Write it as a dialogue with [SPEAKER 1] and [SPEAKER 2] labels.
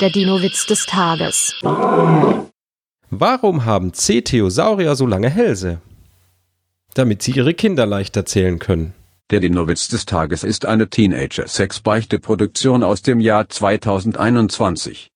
[SPEAKER 1] Der Dino-Witz des Tages.
[SPEAKER 2] Warum haben C-Theosaurier so lange Hälse? Damit sie ihre Kinder leichter zählen können.
[SPEAKER 3] Der Dinowitz des Tages ist eine Teenager-Sex-Beichte-Produktion aus dem Jahr 2021.